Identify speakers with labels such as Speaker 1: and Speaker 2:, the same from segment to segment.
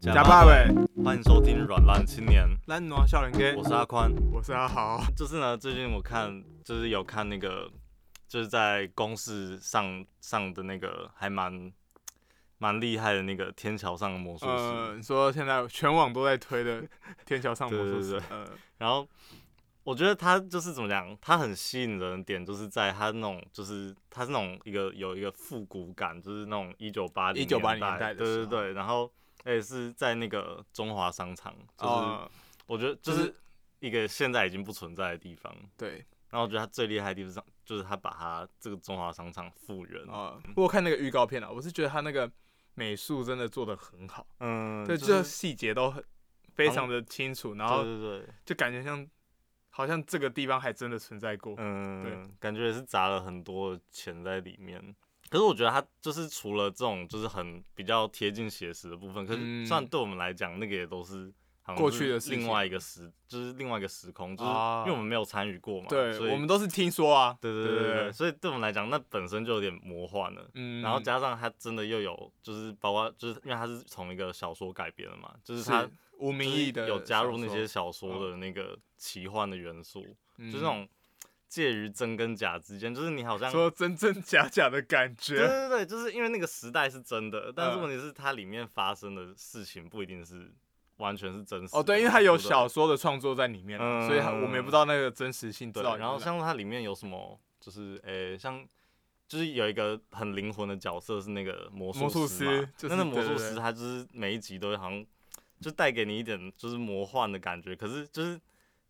Speaker 1: 假爸爸，
Speaker 2: 欢迎收听《软烂青年
Speaker 1: 咱喏笑人》，
Speaker 2: 我
Speaker 1: 哥，
Speaker 2: 是阿宽。
Speaker 1: 我是阿豪。
Speaker 2: 就是呢，最近我看就是有看那个，就是在公视上上的那个还蛮蛮厉害的那个《天桥上的魔术师》
Speaker 1: 呃，你说现在全网都在推的《天桥上魔术师
Speaker 2: 对对》
Speaker 1: 呃，
Speaker 2: 然后我觉得他就是怎么讲，他很吸引人的点就是在他那种就是他是那种一个有一个复古感，就是那种一九八零
Speaker 1: 1980年代的
Speaker 2: 对
Speaker 1: 时
Speaker 2: 对
Speaker 1: 候
Speaker 2: 对，然后而且是在那个中华商场，就是、
Speaker 1: 哦，
Speaker 2: 我觉得就
Speaker 1: 就是
Speaker 2: 是一个现在已经不存在的地方。
Speaker 1: 对，
Speaker 2: 然后我觉得他最厉害的地方就是他把他这个中华商场复原，
Speaker 1: 哦，我有看那个预告片啊，我是觉得他那个美术真的做的很好，
Speaker 2: 嗯，
Speaker 1: 对，
Speaker 2: 就
Speaker 1: 就是
Speaker 2: 是嗯
Speaker 1: 细节都很非常的清楚，然后
Speaker 2: 对对对，
Speaker 1: 就感觉像好像这个地方还真的存在过。
Speaker 2: 嗯
Speaker 1: 对，
Speaker 2: 感觉也是砸了很多钱在里面。可是我觉得他就是除了这种就是很比较贴近写实的部分，可是
Speaker 1: 嗯
Speaker 2: 虽然对我们来讲那个也都是好像
Speaker 1: 过去
Speaker 2: 是
Speaker 1: 的事
Speaker 2: 另
Speaker 1: 情
Speaker 2: 外一个时，就是另外一个时空，就是
Speaker 1: 啊
Speaker 2: 因为我们没有参与过嘛，
Speaker 1: 对，
Speaker 2: 所以
Speaker 1: 我们都是听说啊。
Speaker 2: 对对对对对，所以对我们来讲那本身就有点魔幻了。
Speaker 1: 嗯，
Speaker 2: 然后加上他真的又有，就是包括就是因为他是从一个小说改编的嘛，就是
Speaker 1: 是
Speaker 2: 他
Speaker 1: 无
Speaker 2: 就是
Speaker 1: 名义的
Speaker 2: 有加入
Speaker 1: 小
Speaker 2: 那
Speaker 1: 说
Speaker 2: 些，小说
Speaker 1: 嗯
Speaker 2: 的那个奇幻的元素，
Speaker 1: 嗯
Speaker 2: 就是那种介于真跟假之间，就是你好像
Speaker 1: 说真真假假的感
Speaker 2: 对
Speaker 1: 觉。
Speaker 2: 对对，就是因为那个时代是真的，但是
Speaker 1: 嗯
Speaker 2: 问题是它里面发生的事情不一定是完全是真实啊的。
Speaker 1: 哦，对，因为它有
Speaker 2: 不
Speaker 1: 小说的创作在里面啊，
Speaker 2: 嗯
Speaker 1: 所以它我们也不知道那个真实性
Speaker 2: 对，
Speaker 1: 知道有没有。
Speaker 2: 然后像它里面有什么，就是诶、像就是有一个很灵魂的角色是那个魔术
Speaker 1: 魔术
Speaker 2: 师嘛
Speaker 1: 师就是
Speaker 2: 那那魔
Speaker 1: 对对
Speaker 2: 术
Speaker 1: 对
Speaker 2: 师他就是每一集都会好像就带给你一点就是魔幻的感觉，可是就是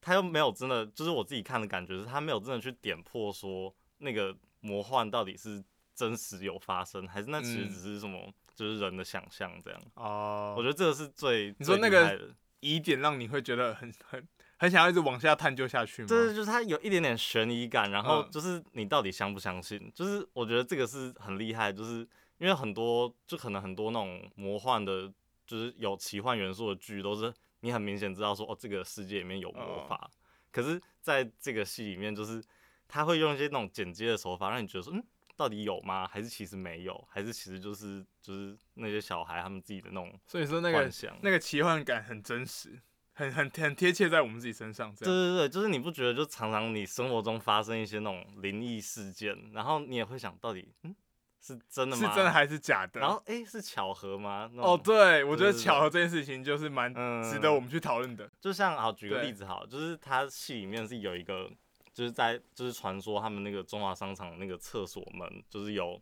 Speaker 2: 他又没有真的，就是我自己看的感觉是他没有真的去点破说那个魔幻到底是真实有发生，还是那其实
Speaker 1: 嗯
Speaker 2: 只是什么、就是人的想象这样。
Speaker 1: 哦，
Speaker 2: 我觉得这个是最
Speaker 1: 你说
Speaker 2: 最
Speaker 1: 那
Speaker 2: 厉
Speaker 1: 个
Speaker 2: 害的
Speaker 1: 疑点让你会觉得很很很想要一直往下探究下去吗？
Speaker 2: 对，就是它有一点点悬疑感，然后
Speaker 1: 嗯
Speaker 2: 就是你到底相不相信？就是我觉得这个是很厉害，就是因为很多就可能很多那种魔幻的，就是有奇幻元素的剧，都是你很明显知道说哦，这个世界里面有魔
Speaker 1: 哦
Speaker 2: 法，可是在这个戏里面，就是他会用一些那种剪接的手法，让你觉得说嗯。到底有吗？还是其实没有？还是其实就是就是那些小孩他们自己的那种
Speaker 1: 所以说那
Speaker 2: 幻
Speaker 1: 个
Speaker 2: 想？
Speaker 1: 那个奇幻感很真实，很很很贴切在我们自己身上。这
Speaker 2: 对
Speaker 1: 样，
Speaker 2: 对对，就是你不觉得就常常你生活中发生一些那种灵异事件，然后你也会想到底嗯是真的
Speaker 1: 是
Speaker 2: 吗？
Speaker 1: 真的还是假的？
Speaker 2: 然后哎、诶是巧合吗？那
Speaker 1: 哦，
Speaker 2: 种，
Speaker 1: 对，我觉
Speaker 2: 对对
Speaker 1: 得
Speaker 2: 对
Speaker 1: 巧合这件事情就是蛮
Speaker 2: 嗯
Speaker 1: 值得我们去讨论的。
Speaker 2: 就像好举个
Speaker 1: 对
Speaker 2: 例子好，就是他戏里面是有一个就是在就是传说他们那个中华商场那个厕所门就是有。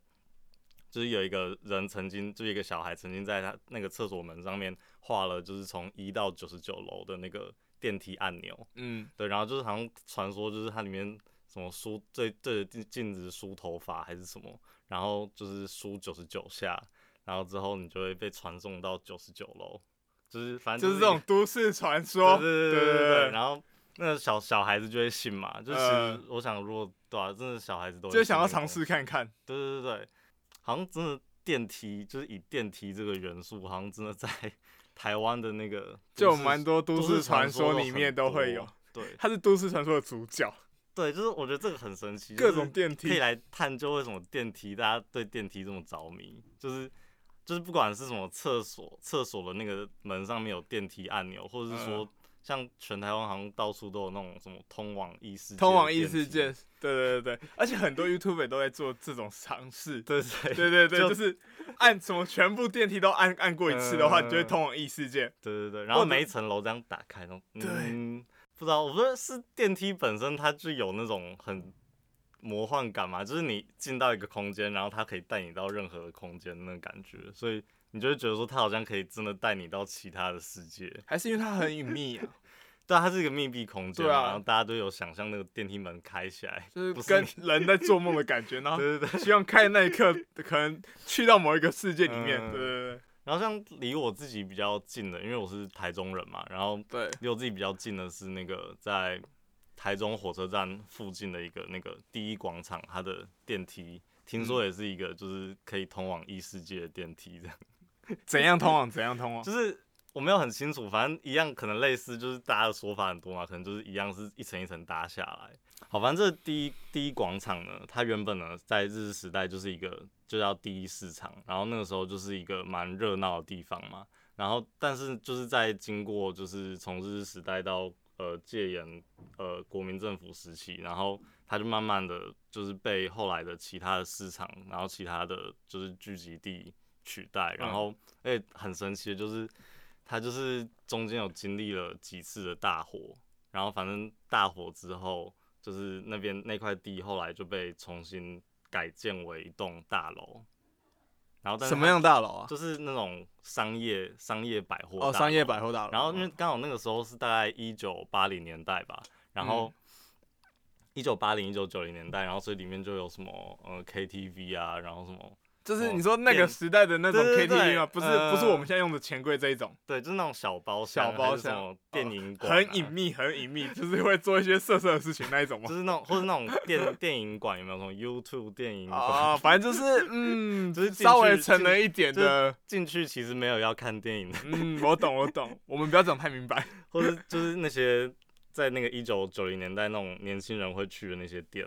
Speaker 2: 就是有一个人曾经，就是一个小孩曾经在他那个厕所门上面画了，就是从一到九十九楼的那个电梯按钮，
Speaker 1: 嗯，
Speaker 2: 对，然后就是好像传说就是它里面什么梳对对着镜镜子梳头发还是什么，然后就是梳九十九下，然后之后你就会被传送到九十九楼，就是反正
Speaker 1: 就是
Speaker 2: 一
Speaker 1: 这
Speaker 2: 个
Speaker 1: 种都市传说。
Speaker 2: 对对
Speaker 1: 对
Speaker 2: 对
Speaker 1: 对
Speaker 2: 对，
Speaker 1: 对
Speaker 2: 然后。那个小小孩子就会信嘛，就是其实
Speaker 1: 嗯
Speaker 2: 我想，如果对啊，真的小孩子都会
Speaker 1: 就
Speaker 2: 信
Speaker 1: 想要
Speaker 2: 这个
Speaker 1: 尝
Speaker 2: 东西
Speaker 1: 试，看看。
Speaker 2: 对对对对，好像真的电梯就是以电梯这个元素，好像真的在 台湾的那个
Speaker 1: 就
Speaker 2: 都
Speaker 1: 有
Speaker 2: 市
Speaker 1: 蛮多都市传说里面
Speaker 2: 都
Speaker 1: 都
Speaker 2: 很多
Speaker 1: 会有，，
Speaker 2: 对
Speaker 1: 它是都市传说的主角，
Speaker 2: 对，就是我觉得这个很神奇，就
Speaker 1: 各
Speaker 2: 是
Speaker 1: 种电
Speaker 2: 可以
Speaker 1: 梯。
Speaker 2: 来探究为什么电梯大家对电梯这么着迷，就是就是不管是什么厕所厕所的那个门上面有电梯按钮，或者是说
Speaker 1: 嗯
Speaker 2: 像全台湾好像到处都有那种什么通往异世界的
Speaker 1: 通往异
Speaker 2: 电梯
Speaker 1: 世界，， 对对对对，而且很多 YouTube 都在做这种尝试，
Speaker 2: 对对对
Speaker 1: 对对对，
Speaker 2: 就
Speaker 1: 就是按什么全部电梯都按按过一次的话，
Speaker 2: 嗯
Speaker 1: 你就会通往异世界。
Speaker 2: 对对，然后
Speaker 1: 或者
Speaker 2: 每一层楼这样打开，然后
Speaker 1: 对
Speaker 2: 嗯，不知道我不知道是电梯本身它就有那种很。魔幻感嘛，就是你进到一个空间，然后它可以带你到任何的空间那个感觉，所以你就会觉得说它好像可以真的带你到其他的世界。
Speaker 1: 还是因为它很隐秘啊，
Speaker 2: 对啊，它是一个密闭空间嘛，
Speaker 1: 对啊
Speaker 2: 然后大家都有想象那个电梯门开起来，
Speaker 1: 就是
Speaker 2: 不是
Speaker 1: 跟
Speaker 2: 你
Speaker 1: 人在做梦的感觉，然后
Speaker 2: 对对对。
Speaker 1: 希望开的那一刻可能去到某一个世界里面
Speaker 2: 嗯。
Speaker 1: 对对
Speaker 2: 然后像离我自己比较近的，因为我是台中人嘛，然后
Speaker 1: 对对，
Speaker 2: 离我自己比较近的是那个在台中火车站附近的一个那个第一广场，它的电梯听说也是一个就是可以通往异世界的电梯，这样
Speaker 1: 怎样通往怎样通往
Speaker 2: 就，是。我没有很清楚，反正一样，可能类似，就是大家的说法很多嘛，可能就是一样是一层一层搭下来。好，反正这第一第一广场呢，它原本呢在日治时代就是一个就叫第一市场，然后那个时候就是一个蛮热闹的地方嘛。然后但是就是在经过就是从日治时代到呃戒严呃国民政府时期，然后它就慢慢的就是被后来的其他的市场，然后其他的就是聚集地取代，然后哎、很神奇的就是它就是中间有经历了几次的大火，然后反正大火之后。就是那边那块地后来就被重新改建为一栋大楼，然后但是
Speaker 1: 什么
Speaker 2: 它
Speaker 1: 样大楼啊？
Speaker 2: 就是那种商业商业百货
Speaker 1: 哦，
Speaker 2: 大
Speaker 1: 商业
Speaker 2: 楼
Speaker 1: 百货嗯大楼。
Speaker 2: 然后因为刚好那个时候是大概一九八零年代吧，然
Speaker 1: 嗯
Speaker 2: 后一九八零一九九零年代，然后所以里面就有什么呃 KTV 啊，然后什么
Speaker 1: 就是
Speaker 2: 哦
Speaker 1: 你说那个
Speaker 2: 电
Speaker 1: 时代的那种
Speaker 2: 对对对
Speaker 1: KTV 吗？不是，不是
Speaker 2: 呃
Speaker 1: 我们现在用的钱柜这一种，
Speaker 2: 对，就是那种小包
Speaker 1: 小
Speaker 2: 厢还
Speaker 1: 包
Speaker 2: 是什
Speaker 1: 厢哦
Speaker 2: 么电影馆、啊
Speaker 1: 很隐。秘，很隐秘，就是会做一些色色的事情那一种 吗
Speaker 2: 就？是那种，或者那种电电影馆有没有什么 YouTube 电影馆？
Speaker 1: 啊，反正 就是嗯，
Speaker 2: 就是进
Speaker 1: 稍微
Speaker 2: 去
Speaker 1: 成
Speaker 2: 进
Speaker 1: 了一点
Speaker 2: 就是
Speaker 1: 的，
Speaker 2: 进去其实没有要看电影的
Speaker 1: 嗯，我懂，我懂，我们不要讲太明白。
Speaker 2: 或者就是那些在那个一九九零年代那种年轻人会去的那些店。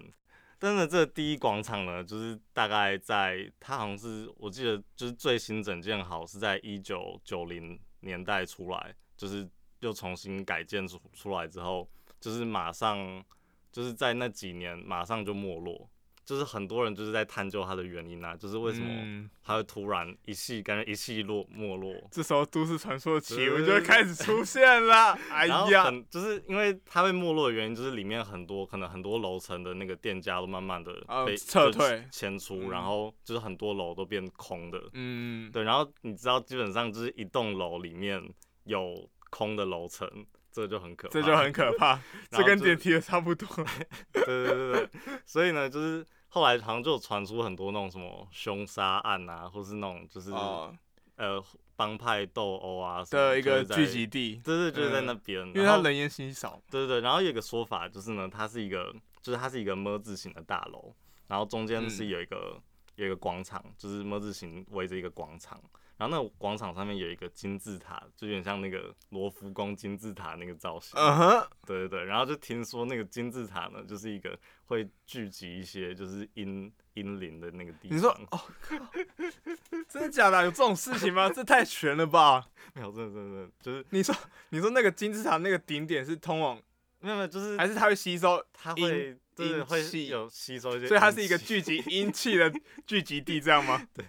Speaker 2: 但是这第一广场呢，就是大概在它好像是我记得就是最新整建好是在一九九零年代出来，就是又重新改建出出来之后，就是马上就是在那几年马上就没落，就是很多人就是在探究它的原因啊，就是 为什么
Speaker 1: 嗯
Speaker 2: 它会突然一系感觉一系落没落，
Speaker 1: 这时候都市传说的起
Speaker 2: 对
Speaker 1: 源就会开始出现了。 哎
Speaker 2: 呃然后
Speaker 1: 呀，
Speaker 2: 很就是因为它被没落的原因，就是里面很多可能很多楼层的那个店家都慢慢的
Speaker 1: 啊
Speaker 2: 被、
Speaker 1: 撤
Speaker 2: 就
Speaker 1: 退
Speaker 2: 迁出，
Speaker 1: 嗯
Speaker 2: 然后就是很多楼都变空的。
Speaker 1: 嗯，
Speaker 2: 对，然后你知道，基本上就是一栋楼里面有空的楼层，这就很可怕，
Speaker 1: 这就很可 怕，
Speaker 2: 然
Speaker 1: 这
Speaker 2: 后
Speaker 1: 跟
Speaker 2: 就
Speaker 1: 电梯也差不多。
Speaker 2: 对对对对对。所以呢，就是后来好像就有传出很多那种什么凶杀案啊，或是那种就是、
Speaker 1: 哦
Speaker 2: 呃帮派斗殴啊什么
Speaker 1: 的一个聚，
Speaker 2: 就是
Speaker 1: 集地，
Speaker 2: 在对对，就是在
Speaker 1: 嗯
Speaker 2: 那边，
Speaker 1: 因为
Speaker 2: 然
Speaker 1: 它
Speaker 2: 后
Speaker 1: 人烟稀少。
Speaker 2: 对对对，然后有一个说法就是呢，它是一个，就是它是一个么字形的大楼，然后中间是
Speaker 1: 嗯
Speaker 2: 有一个、有一个广场，就是么字形围着一个广场，然后那个广场上面有一个金字塔，就有点像那个罗浮宫金字塔那个造型。
Speaker 1: 嗯哼，
Speaker 2: 对对对，然后就听说那个金字塔呢，就是一个会聚集一些就是阴阴灵的那个地方。
Speaker 1: 你说哦，靠 真的假的啊？有这种事情吗？这太悬了吧！
Speaker 2: 没有？真的真的真的就是
Speaker 1: 你说， 你说那个金字塔那个顶点是通往，
Speaker 2: 没有没有，就是
Speaker 1: 还是它会吸收，
Speaker 2: 它
Speaker 1: 阴
Speaker 2: 会就是
Speaker 1: 阴
Speaker 2: 会
Speaker 1: 气
Speaker 2: 有吸收一些阴气，
Speaker 1: 所以它是一个聚集阴气的聚集地，这样吗？ 对，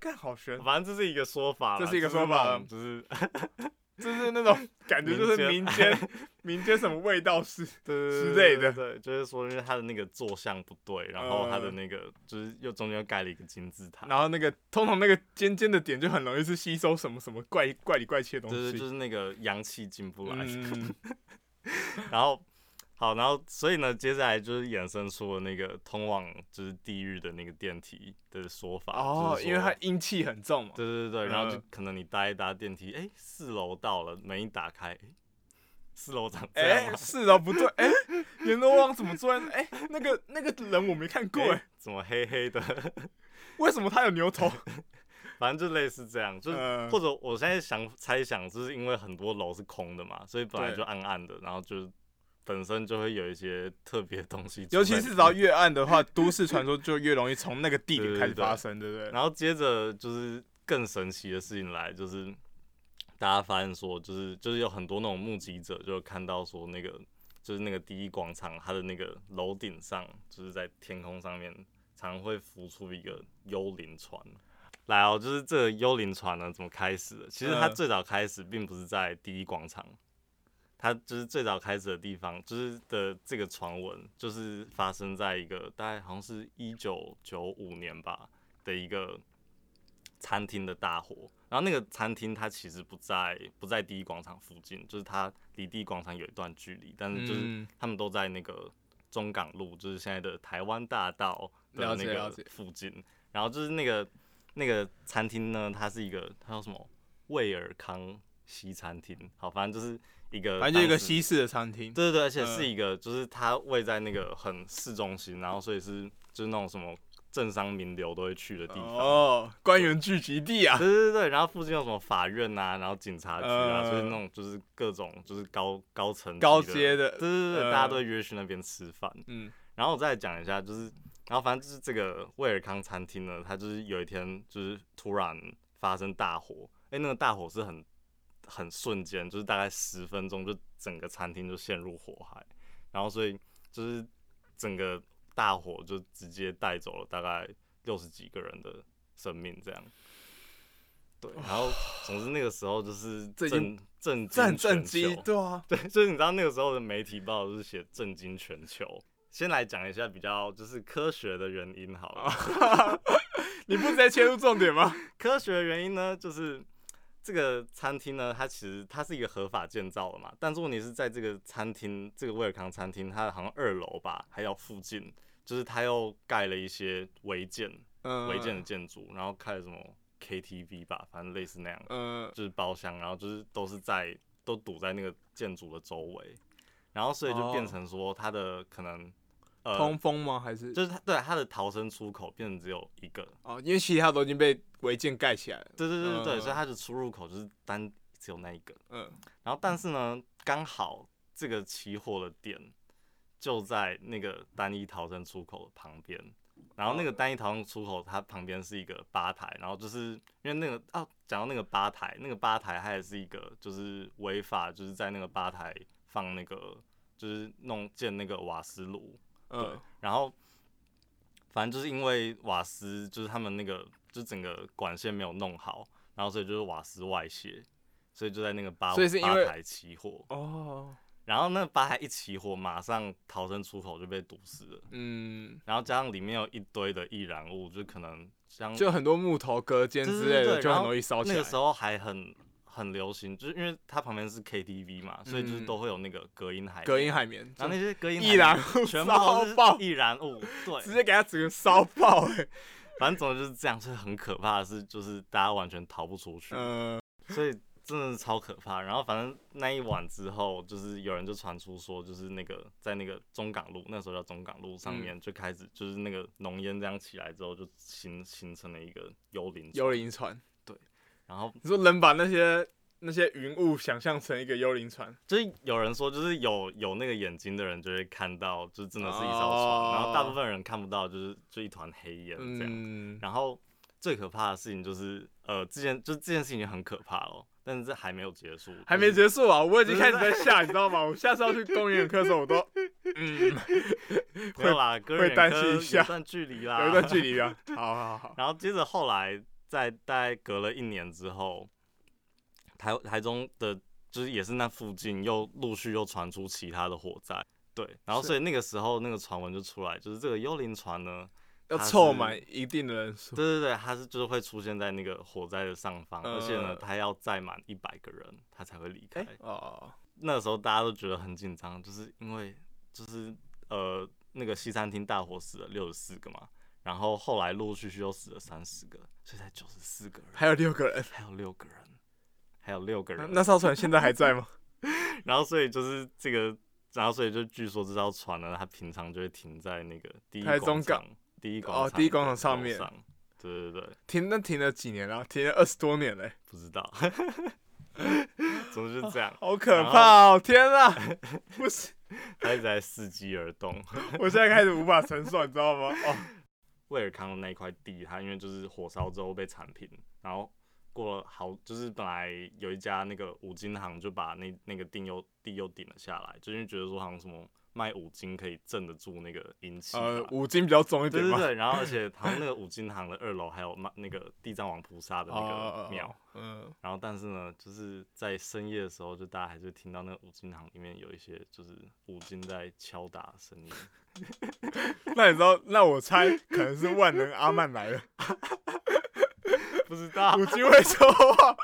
Speaker 1: 看好悬，
Speaker 2: 反正这是一个说法啦，
Speaker 1: 这是一个
Speaker 2: 就
Speaker 1: 说法
Speaker 2: 那
Speaker 1: 啦
Speaker 2: 种就是
Speaker 1: 就是那种 感觉，就是民
Speaker 2: 民
Speaker 1: 间民间什么味道是
Speaker 2: 对
Speaker 1: 之
Speaker 2: 对
Speaker 1: 类的
Speaker 2: 对，对就是说，因为他的那个坐向不对，然后
Speaker 1: 嗯
Speaker 2: 他的那个、就是又中间又盖了一个金字塔，
Speaker 1: 然后那个通常那个尖尖的点就很容易是吸收什么什么怪怪里怪气的东
Speaker 2: 就是就
Speaker 1: 西。
Speaker 2: 是那个阳气进不来，
Speaker 1: 嗯，
Speaker 2: 然后好，然后所以呢，接下来就是衍生出了那个通往就是地狱的那个电梯的说法，
Speaker 1: 哦
Speaker 2: 就，是说
Speaker 1: 因为它阴气很重嘛。
Speaker 2: 对对对，然后就
Speaker 1: 嗯
Speaker 2: 可能你搭一搭电梯，哎、四楼到了，门一打开，哎四楼长这样
Speaker 1: 哎，
Speaker 2: 吗？
Speaker 1: 是哦，不对，哎，阎罗王怎么坐在那？哎，那个那个人我没看过，
Speaker 2: 诶
Speaker 1: 哎，
Speaker 2: 怎么黑黑的？
Speaker 1: 为什么他有牛头？
Speaker 2: 反正就类似这样，就是、
Speaker 1: 嗯
Speaker 2: 或者我现在想猜想，就是因为很多楼是空的嘛，所以本来
Speaker 1: 对
Speaker 2: 就暗暗的，然后就是本身就会有一些特别的东西住在
Speaker 1: 尤
Speaker 2: 里面，
Speaker 1: 其是只要越暗的话，都市传说就越容易从那个地点开始发生，对不 对？
Speaker 2: 然后接着就是更神奇的事情来，就是大家发现说，就是就是有很多那种目击者就看到说那个就是那个第一广场它的那个楼顶上，就是在天空上面常会浮出一个幽灵船。来哦，就是这个幽灵船呢，怎么开始的？其实它
Speaker 1: 嗯
Speaker 2: 最早开始并不是在第一广场，它就是最早开始的地方，就是的这个传闻，就是发生在一个大概好像是一九九五年吧的一个餐厅的大火。然后那个餐厅它其实不在不在第一广场附近，就是它离第一广场有一段距离，但是就是
Speaker 1: 嗯
Speaker 2: 他们都在那个中港路，就是现在的台湾大道的
Speaker 1: 了
Speaker 2: 那
Speaker 1: 解了
Speaker 2: 个
Speaker 1: 解
Speaker 2: 附近。然后就是那个那个餐厅呢，它是一个它叫什么味尔康西餐厅，好，反正就是一个
Speaker 1: 反正就一个
Speaker 2: 当时
Speaker 1: 西式的餐厅，
Speaker 2: 对对对，而且
Speaker 1: 嗯
Speaker 2: 是一个，就是它位在那个很市中心，然后所以是就是那种什么政商名流都会去的地方。
Speaker 1: 哦，官员聚集地啊，
Speaker 2: 对对对，然后附近有什么法院啊，然后警察局啊，
Speaker 1: 嗯
Speaker 2: 所以那种就是各种就是高高层级
Speaker 1: 高
Speaker 2: 的
Speaker 1: 阶的
Speaker 2: 对对对，
Speaker 1: 嗯
Speaker 2: 大家都会约去那边吃饭。
Speaker 1: 嗯，
Speaker 2: 然后我再讲一下，就是然后反正就是这个威尔康餐厅呢，它就是有一天就是突然发生大火，哎、那个大火是很很瞬间，就是大概十分钟，就整个餐厅就陷入火海，然后所以就是整个大火就直接带走了大概六十几个人的生命，这样。对，然 后总之那个时候就是
Speaker 1: 这已经
Speaker 2: 震震
Speaker 1: 这
Speaker 2: 惊
Speaker 1: 很
Speaker 2: 全
Speaker 1: 震惊
Speaker 2: 球，
Speaker 1: 对啊，
Speaker 2: 对，所以你知道那个时候的媒体报就是写震惊全球。先来讲一下比较就是科学的原因好了，
Speaker 1: 你不直接切入重点吗？
Speaker 2: 科学的原因呢，就是这个餐厅呢，它其实它是一个合法建造的嘛，但是问题是在这个餐厅，这个威尔康餐厅，它好像二楼吧，还有附近，就是它又盖了一些违建、
Speaker 1: 嗯
Speaker 2: 违建的，建筑，然后开了什么 KTV 吧，反正类似那样，
Speaker 1: 嗯，
Speaker 2: 就是包厢，然后就是都是在都堵在那个建筑的周围，然后所以就变成说它的可能、呃，
Speaker 1: 哦通风吗？还是
Speaker 2: 就是它对它的逃生出口变成只有一个，
Speaker 1: 哦，因为其他都已经被违建盖起来了。
Speaker 2: 对对对对对，
Speaker 1: 嗯
Speaker 2: 所以它的出入口就是单只有那一个。
Speaker 1: 嗯，
Speaker 2: 然后但是呢，刚好这个起火的点就在那个单一逃生出口的旁边，然后那个单一逃生出口它旁边是一个吧台，然后就是因为那个啊，讲到那个吧台，那个吧台它也是一个就是违法，就是在那个吧台放那个就是弄建那个瓦斯炉，对
Speaker 1: 嗯，
Speaker 2: 然后反正就是因为瓦斯，就是他们那个就整个管线没有弄好，然后所以就是瓦斯外泄，所以就在那个吧
Speaker 1: 所以是因
Speaker 2: 吧
Speaker 1: 为
Speaker 2: 台起火，
Speaker 1: 哦，
Speaker 2: 然后那吧台一起火，马上逃生出口就被堵死了，
Speaker 1: 嗯，
Speaker 2: 然后加上里面有一堆的易燃物，就可能像
Speaker 1: 就很多木头隔间之类
Speaker 2: 对对
Speaker 1: 的，
Speaker 2: 对
Speaker 1: 就
Speaker 2: 然
Speaker 1: 很
Speaker 2: 后
Speaker 1: 容易烧起
Speaker 2: 那
Speaker 1: 来
Speaker 2: 个。时候还很很流行，就是因为它旁边是 KTV 嘛，所以就是
Speaker 1: 嗯
Speaker 2: 都会有那个隔音海
Speaker 1: 隔音
Speaker 2: 绵
Speaker 1: 海绵，
Speaker 2: 然后那些隔音海
Speaker 1: 易
Speaker 2: 绵
Speaker 1: 燃物
Speaker 2: 全部都
Speaker 1: 烧爆
Speaker 2: 是易燃物，对，
Speaker 1: 直接给它整个烧爆哎、欸。
Speaker 2: 反正总之就是这样，所以很可怕的是，就是大家完全逃不出去，
Speaker 1: 嗯，
Speaker 2: 所以真的是超可怕。然后反正那一晚之后，就是有人就传出说，就是那个在那个中港路，那时候叫中港路上
Speaker 1: 嗯
Speaker 2: 面就开始，就是那个浓烟这样起来之后，就形形成了一个幽灵。
Speaker 1: 幽。灵船，
Speaker 2: 然后
Speaker 1: 你说人把那些那些云雾想象成一个幽灵船，
Speaker 2: 就是有人说，就是有有那个眼睛的人就会看到，就是真的是一艘船，
Speaker 1: 哦
Speaker 2: 然后大部分人看不到，就是就一团黑烟这样。
Speaker 1: 嗯，
Speaker 2: 然后最可怕的事情就是，呃，这件就是这件事情很可怕哦，但是这还没有结束，
Speaker 1: 还
Speaker 2: 就
Speaker 1: 没
Speaker 2: 是
Speaker 1: 结束啊！我已经开始在 吓，你知道吗？我下次要去公园的课的时候，我都嗯
Speaker 2: 没有啦，个
Speaker 1: 会
Speaker 2: 人
Speaker 1: 担心一下
Speaker 2: 有段距离啦，
Speaker 1: 有一段距。离啊。好好好，
Speaker 2: 然后接着后来，在大概隔了一年之后，台台中的就是也是那附近又陆续又传出其他的火灾，对，然后
Speaker 1: 是
Speaker 2: 所以那个时候那个传闻就出来，就是这个幽灵船 呢，
Speaker 1: 要
Speaker 2: 它是
Speaker 1: 凑满一定的人数
Speaker 2: 对，对对，它是就是会出现在那个火灾的上方，而且呢，
Speaker 1: 呃
Speaker 2: 它要载满一百个人，它才会离开。
Speaker 1: 哦，
Speaker 2: 那时候大家都觉得很紧张，就是因为就是呃那个西餐厅大火死了六十四个嘛，然后后来陆陆续续又死了三十个，所以才九十四个人，
Speaker 1: 还有六个人。
Speaker 2: 还有六个人，还有六个
Speaker 1: 那
Speaker 2: 人。
Speaker 1: 那艘船现在还在吗？
Speaker 2: 然后所以就是这个，然后所以就据说这艘船呢，它平常就会停在那个第一
Speaker 1: 台
Speaker 2: 广
Speaker 1: 中港
Speaker 2: 场，第一广
Speaker 1: 哦第一广场上
Speaker 2: 的楼
Speaker 1: 面
Speaker 2: 对对对，
Speaker 1: 停那停了几年了、停了二十多年嘞、
Speaker 2: 不知道， 总之就是这 样，
Speaker 1: 好可怕哦！天 啊，不是，
Speaker 2: 它一直在伺机而动。
Speaker 1: 我现在开始无法承受，你知道吗？哦，
Speaker 2: 威尔康的那一块地，它因为就是火烧之后被铲平，然后过了好，就是本来有一家那个五金行就把那那个地又地又顶了下来，就因为觉得说好像什么卖五金可以镇得住那个阴气吧。
Speaker 1: 呃，五金比较重一
Speaker 2: 对
Speaker 1: 点
Speaker 2: 对
Speaker 1: 嘛。
Speaker 2: 对，然后而且好像那个五金行的二楼还有卖那个地藏王菩萨的那
Speaker 1: 哦
Speaker 2: 个庙，
Speaker 1: 嗯，
Speaker 2: 然后但是呢，就是在深夜的时候，就大家还是听到那个五金行里面有一些就是五金在敲打的声 音，
Speaker 1: 那你知道？那我猜可能是万能阿曼来了。
Speaker 2: 不知道
Speaker 1: 五金会说话，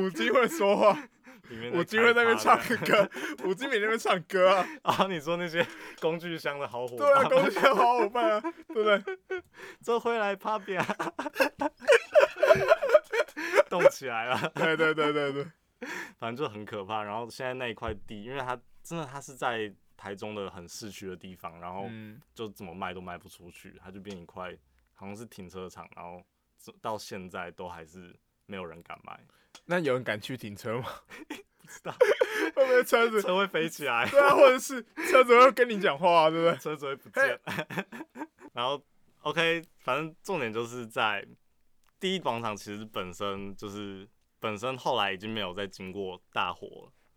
Speaker 1: 五金会说话，
Speaker 2: 里面
Speaker 1: 五金会在那边
Speaker 2: 开趴
Speaker 1: 唱
Speaker 2: 的
Speaker 1: 歌，五金每天在那边唱歌啊。
Speaker 2: 啊，你说那些工具箱的好伙
Speaker 1: 对啊，
Speaker 2: 伴，
Speaker 1: 公爵好伙伴啊，对不对？
Speaker 2: 这回来 Papi 啊，动起来了，
Speaker 1: 对对对对对，
Speaker 2: 反正就很可怕。然后现在那一块地，因为它真的它是在台中的很市区的地方，然后
Speaker 1: 嗯，
Speaker 2: 就怎么卖都卖不出去，它就变一块好像是停车场，然后这到现在都还是没有人敢买，
Speaker 1: 那有人敢去停车吗？
Speaker 2: 不知道
Speaker 1: 会不会车子？
Speaker 2: 车会飞起来，
Speaker 1: 对啊，或者是车子会跟你讲话、啊，对不对？
Speaker 2: 车子会不见。 然后 OK，反正重点就是在第一广场，其实本身就是本身后来已经没有再经过大火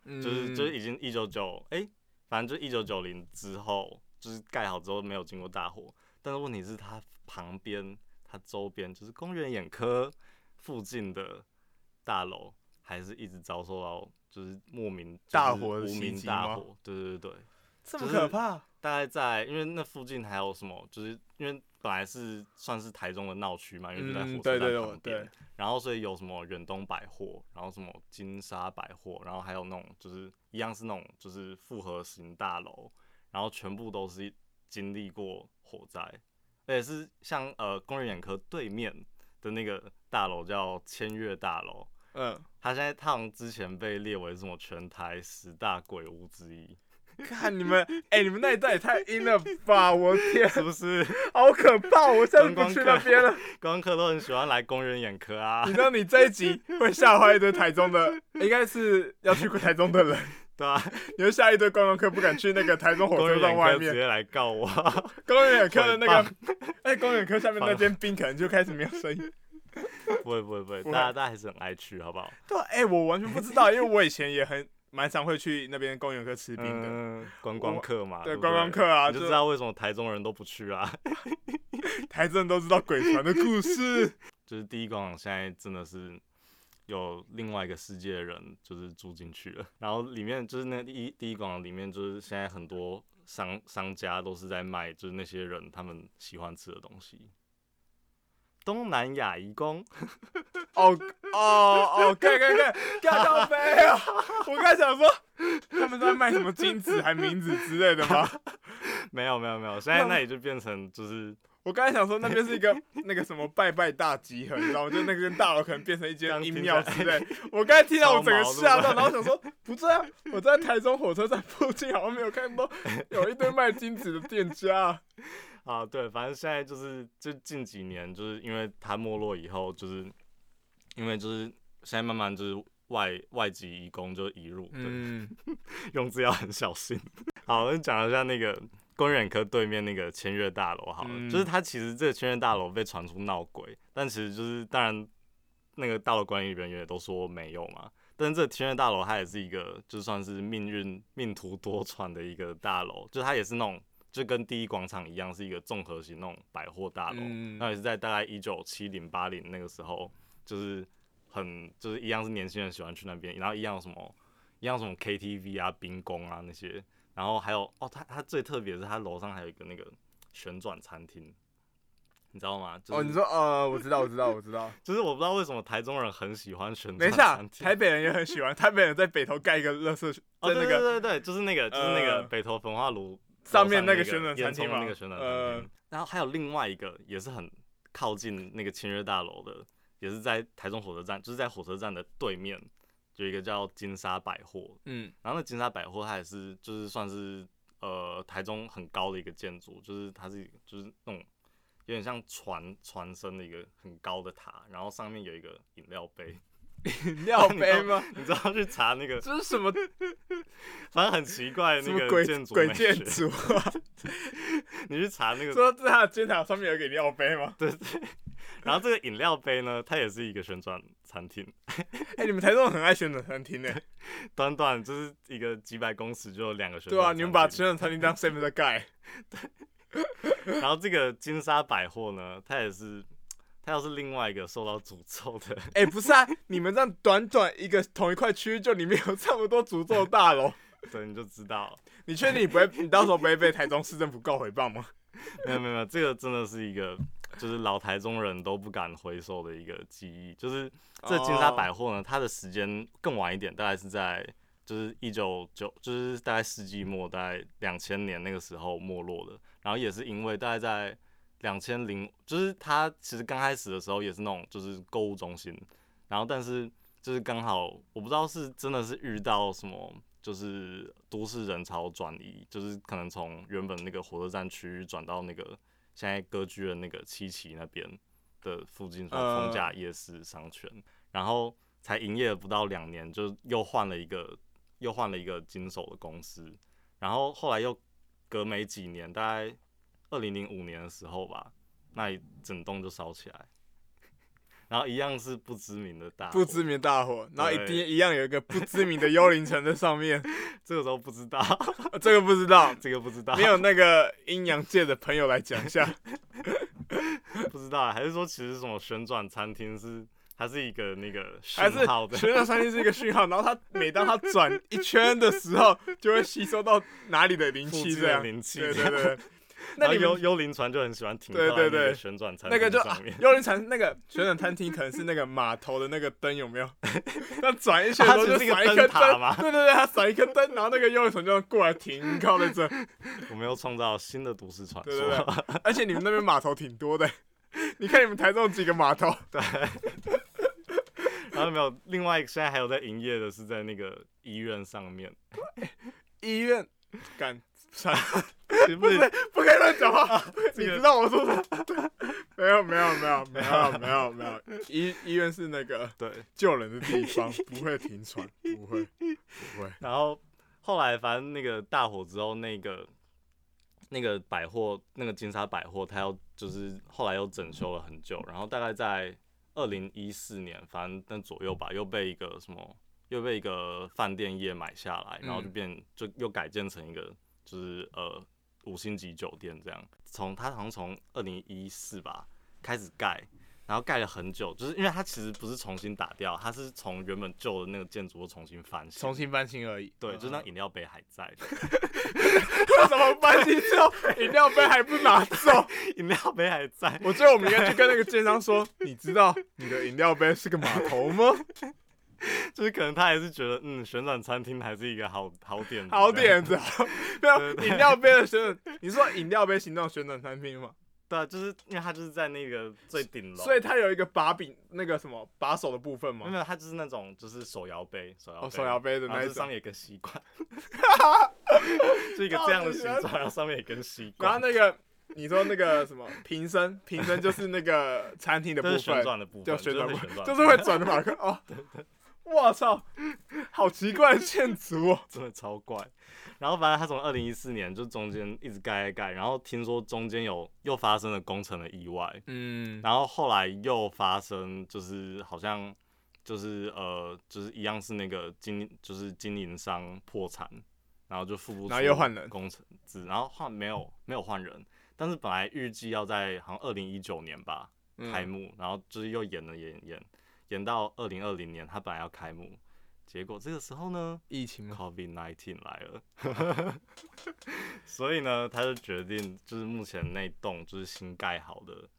Speaker 2: 了，就是就是
Speaker 1: 嗯
Speaker 2: 已经一九九哎，反正就一九九零之后，就是盖好之后没有经过大火，但是问题是它旁边、它周边就是公园眼科附近的大楼，还是一直遭受到就是莫名就是
Speaker 1: 大火的
Speaker 2: 无
Speaker 1: 袭
Speaker 2: 名
Speaker 1: 击
Speaker 2: 大
Speaker 1: 吗
Speaker 2: 火，对对对。
Speaker 1: 这
Speaker 2: 就
Speaker 1: 么
Speaker 2: 是
Speaker 1: 可怕，啊
Speaker 2: 大概在，因为那附近还有什么，就是因为本来是算是台中的闹区嘛，因为就在火
Speaker 1: 嗯，
Speaker 2: 车站
Speaker 1: 对对对
Speaker 2: 旁边
Speaker 1: 对，，
Speaker 2: 然后所以有什么远东百货，然后什么金沙百货，然后还有那种就是一样是那种就是复合型大楼，然后全部都是经历过火灾，而且是像呃工人眼科对面的那个大楼叫千悦大楼，
Speaker 1: 嗯，
Speaker 2: 它现在它好像之前被列为什么全台十大鬼屋之一，
Speaker 1: 看你们，哎、你们那一段也太阴了吧！我天，
Speaker 2: 是不是？
Speaker 1: 好可怕！我现在
Speaker 2: 观光
Speaker 1: 不去
Speaker 2: 客
Speaker 1: 那边了。
Speaker 2: 观光客都很喜欢来工人眼科啊
Speaker 1: 你，知道你这一集会吓坏一堆台中的， 应该是要去过台中的人，
Speaker 2: 对啊，
Speaker 1: 你会吓一堆观光客不敢去那个台中火
Speaker 2: 工
Speaker 1: 车
Speaker 2: 人
Speaker 1: 站
Speaker 2: 眼
Speaker 1: 外
Speaker 2: 科直
Speaker 1: 面。
Speaker 2: 接来告我，
Speaker 1: 公园科的那个
Speaker 2: 很，
Speaker 1: 哎、公园科下面那间冰可能就开始没有声音。
Speaker 2: 不会不会不会，
Speaker 1: 不
Speaker 2: 大
Speaker 1: 会
Speaker 2: 家大家还是很爱去，好不好？
Speaker 1: 对啊，哎、我完全不知道，因为我以前也很蛮常会去那边公园科吃冰的。
Speaker 2: 嗯，观光客嘛，
Speaker 1: 对
Speaker 2: 不
Speaker 1: 观光客啊
Speaker 2: 你就
Speaker 1: 就
Speaker 2: 知道为什么台中人都不去啊。
Speaker 1: 台中人都知道鬼船的故事，
Speaker 2: 就是第一广场现在真的是有另外一个世界的人就是住进去了，然后里面就是那第一第一广场里面就是现在很多商商家都是在卖就是那些人他们喜欢吃的东西。东南亚移工，
Speaker 1: 哦哦哦，看看看，看到没有？我刚才想说，他们在卖什么金子还名字之类的吗？
Speaker 2: 没有没有没有，现在那里就变成就是
Speaker 1: 我刚才想说那边 是一个那个什么拜拜大集合，你知道吗？就那间大楼可能变成一间
Speaker 2: 刚
Speaker 1: 阴
Speaker 2: 听
Speaker 1: 庙
Speaker 2: 起来
Speaker 1: 之类。我刚才听到我整个
Speaker 2: 超毛
Speaker 1: 吓
Speaker 2: 对
Speaker 1: 到，
Speaker 2: 不对
Speaker 1: 然后想说不对啊，我在台中火车站附近好像没有看到有一堆卖金子的店 家。
Speaker 2: 啊，对，反正现在就是就近几年，就是因为它没落以后，就是因为就是现在慢慢就是外外籍移工就移入，对，
Speaker 1: 嗯，
Speaker 2: 用字要很小心。好，我讲一下那个工人科对面那个千悦大楼好了，
Speaker 1: 嗯
Speaker 2: 就是它其实这个千悦大楼被传出闹鬼，但其实就是当然那个大楼管理人员也都说没有嘛。但是这个千悦大楼它也是一个就算是命运命途多舛的一个大楼，就它也是那种就跟第一广场一样是一个综合型那种百货大楼，
Speaker 1: 嗯
Speaker 2: 那也是在大概一九七零八零那个时候，就是很就是一样是年轻人喜欢去那边，然后一样有什么一样什么 KTV 啊、冰宫啊那些，然后还有哦，它它最特别的是它楼上还有一个那个旋转餐厅，你知道吗？就是、
Speaker 1: 哦，你说呃，我知道，我知道，我知道。
Speaker 2: 就是我不知道为什么台中人很喜欢旋
Speaker 1: 等
Speaker 2: 转
Speaker 1: 一下
Speaker 2: 餐，厅。
Speaker 1: 台北人也很喜欢，台北人在北头盖一个垃圾，
Speaker 2: 哦，对
Speaker 1: 在那
Speaker 2: 对
Speaker 1: 个
Speaker 2: 对对，就是那个就是那
Speaker 1: 呃
Speaker 2: 个北投焚化炉
Speaker 1: 上面
Speaker 2: 那
Speaker 1: 那个旋转餐厅
Speaker 2: 嘛，
Speaker 1: 嘛
Speaker 2: 那个旋转餐
Speaker 1: 呃
Speaker 2: 厅。然后还有另外一个也是很靠近那个签约大楼的，也是在台中火车站，就是在火车站的对面，有一个叫金沙百货。
Speaker 1: 嗯
Speaker 2: 然后那金沙百货它也是就是算是呃台中很高的一个建筑，就是它是就是那种。有点像船船身的一个很高的塔，然后上面有一个饮料 杯，
Speaker 1: 饮 料杯吗？
Speaker 2: 你知道去查那个，
Speaker 1: 这是什么
Speaker 2: 反正很奇怪的
Speaker 1: 什
Speaker 2: 那
Speaker 1: 么
Speaker 2: 个
Speaker 1: 鬼
Speaker 2: 建筑
Speaker 1: 鬼
Speaker 2: 美
Speaker 1: 建
Speaker 2: 学
Speaker 1: 筑啊？
Speaker 2: 你去查那个，
Speaker 1: 说在他的尖塔上面有一个饮料杯吗？
Speaker 2: 对对。然后这个饮料杯呢，它也是一个旋转餐厅，
Speaker 1: 哎、你们台中很爱旋转餐厅呢、
Speaker 2: 短短就是一个几百公尺就有两个旋转。
Speaker 1: 对啊，你们把旋转餐厅当 seven 在盖，
Speaker 2: 然后这个金沙百货呢，它也是，它又是另外一个受到诅咒的。
Speaker 1: 哎、不是啊，你们这样短短一个同一块区域就里面有这么多诅咒大楼，
Speaker 2: 对，你就知道，
Speaker 1: 你确定你不会，你到时候不会被台中市政府告诽谤 吗？
Speaker 2: 没有没有没有，这个真的是一个，就是老台中人都不敢回收的一个记忆。就是这金沙百货呢，它的时间更晚一点，大概是在就是一九九，就是大概世纪末，大概两千年那个时候没落的。然后也是因为大概在两千零，就是它其实刚开始的时候也是那种就是购物中心，然后但是就是刚好我不知道是真的是遇到什么。就是都市人潮转移，就是可能从原本那个火车站区域转到那个现在歌剧的那个七期那边的附近，什么
Speaker 1: 呃
Speaker 2: 丰甲夜市商圈，然后才营业不到两年，就又换了一个又换了一个经手的公司，然后后来又隔没几年，大概二零零五年的时候吧，那一整栋就烧起来， 然后一样是不知名的大火
Speaker 1: 不知名大火，然后一
Speaker 2: 对
Speaker 1: 定一样有一个不知名的幽灵城在上 面，
Speaker 2: 这个时候不知道，
Speaker 1: 呃这个不知道，
Speaker 2: 这个不知道，
Speaker 1: 没有那个阴阳界的朋友来讲 一下。
Speaker 2: 不知道，啊还是说其实什么旋转餐厅是它是一个那个讯
Speaker 1: 还是
Speaker 2: 号的，
Speaker 1: 旋转三 D 是一个讯号，然后它每当它转一圈的时候，就会吸收到哪里的灵
Speaker 2: 附
Speaker 1: 气
Speaker 2: 近
Speaker 1: 这
Speaker 2: 的
Speaker 1: 样。
Speaker 2: 灵气
Speaker 1: 对
Speaker 2: 这
Speaker 1: 对
Speaker 2: 样，
Speaker 1: 对，那
Speaker 2: 然后
Speaker 1: 你
Speaker 2: 幽
Speaker 1: 们
Speaker 2: 幽灵船就很喜欢停
Speaker 1: 对
Speaker 2: 靠
Speaker 1: 对
Speaker 2: 在那个
Speaker 1: 对
Speaker 2: 旋转餐
Speaker 1: 那个
Speaker 2: 厅
Speaker 1: 就、啊
Speaker 2: 上面，，
Speaker 1: 幽灵城那个旋转餐厅可能是那个码头的那个灯有没 有？那转一圈的
Speaker 2: 它
Speaker 1: 时候
Speaker 2: 只
Speaker 1: 就是
Speaker 2: 一个
Speaker 1: 闪一
Speaker 2: 灯
Speaker 1: 颗
Speaker 2: 塔
Speaker 1: 灯
Speaker 2: 吗
Speaker 1: 对对对，它闪一颗灯，然后那个幽灵城就过来停靠在这。
Speaker 2: 我们又创造新的都市传
Speaker 1: 对对对
Speaker 2: 说，，
Speaker 1: 而且你们那边码头挺多的，你看你们台中有几个码头？
Speaker 2: 然后没有另外一个现在还有在营业的是在那个医院上面，
Speaker 1: 医院，敢惨，
Speaker 2: 是
Speaker 1: 不
Speaker 2: 不
Speaker 1: 是
Speaker 2: 是啊
Speaker 1: 不可以乱讲话，
Speaker 2: 这
Speaker 1: 你
Speaker 2: 个
Speaker 1: 知道我说的？ 没有没有没有没有没有 没有，医医院是那个
Speaker 2: 对，
Speaker 1: 救人的地方，不会停船，不会不会。
Speaker 2: 然后后来反正那个大火之后，那个那个百货，那个金沙百货，它要就是后来又整修了很久，然后大概在二零一四年，反正那左右吧，又被一个什么，又被一个饭店业买下来，然后就
Speaker 1: 嗯
Speaker 2: 变就又改建成一个就是呃五星级酒店这样。从它好像从二零一四吧开始盖，然后盖了很久，就是因为它其实不是重新打掉，它是从原本旧的那个建筑物重新翻新，
Speaker 1: 新翻新而已，
Speaker 2: 对，就是那饮料杯还在，
Speaker 1: 为什么翻新之后 饮料杯还不拿走？
Speaker 2: 饮料杯还在。
Speaker 1: 我觉得我们应该去跟那个建商说，你知道你的饮料杯是个码头吗？
Speaker 2: 就是可能他还是觉得，嗯，旋转餐厅还是一个好好点子
Speaker 1: 好
Speaker 2: 这样。
Speaker 1: 点子啊， 没有饮料杯的旋转，你说饮料杯行动旋转餐厅吗？
Speaker 2: 对啊，就是因为他就是在那个最顶楼，
Speaker 1: 所以它有一个把柄，那个什么把手的部分
Speaker 2: 没
Speaker 1: 吗？
Speaker 2: 有，他就是那种就是手摇杯，手摇杯，
Speaker 1: 哦，手摇杯的
Speaker 2: 然后
Speaker 1: 那一
Speaker 2: 啊就是上
Speaker 1: 种，
Speaker 2: 面有一根吸管，就一个这样的形状，然后上面有一根吸
Speaker 1: 然后
Speaker 2: 管，
Speaker 1: 那个你说那个什么瓶身，瓶身就是那个餐厅的
Speaker 2: 这
Speaker 1: 部
Speaker 2: 是旋
Speaker 1: 分，
Speaker 2: 转的部分，
Speaker 1: 就
Speaker 2: 旋
Speaker 1: 旋转部
Speaker 2: 旋转，
Speaker 1: 就是会转的马克哦。我操，好奇怪的建筑哦！
Speaker 2: 真的超怪。然后反正他从二零一四年就中间一直盖盖盖，然后听说中间有又发生了工程的意外，
Speaker 1: 嗯，
Speaker 2: 然后后来又发生，就是好像就是呃，就是一样是那个经就是经营商破产，然后就付不出，
Speaker 1: 然后又换人
Speaker 2: 工程资，然后换没有没有换人，但是本来预计要在好像二零一九年吧
Speaker 1: 嗯
Speaker 2: 开幕，然后就是又延了延延延到二零二零年，他本来要开幕，结果这个时候呢
Speaker 1: 疫情嘛，
Speaker 2: ，COVID nineteen 来了。 所以呢，他就决定，就是目前那栋就是新盖好的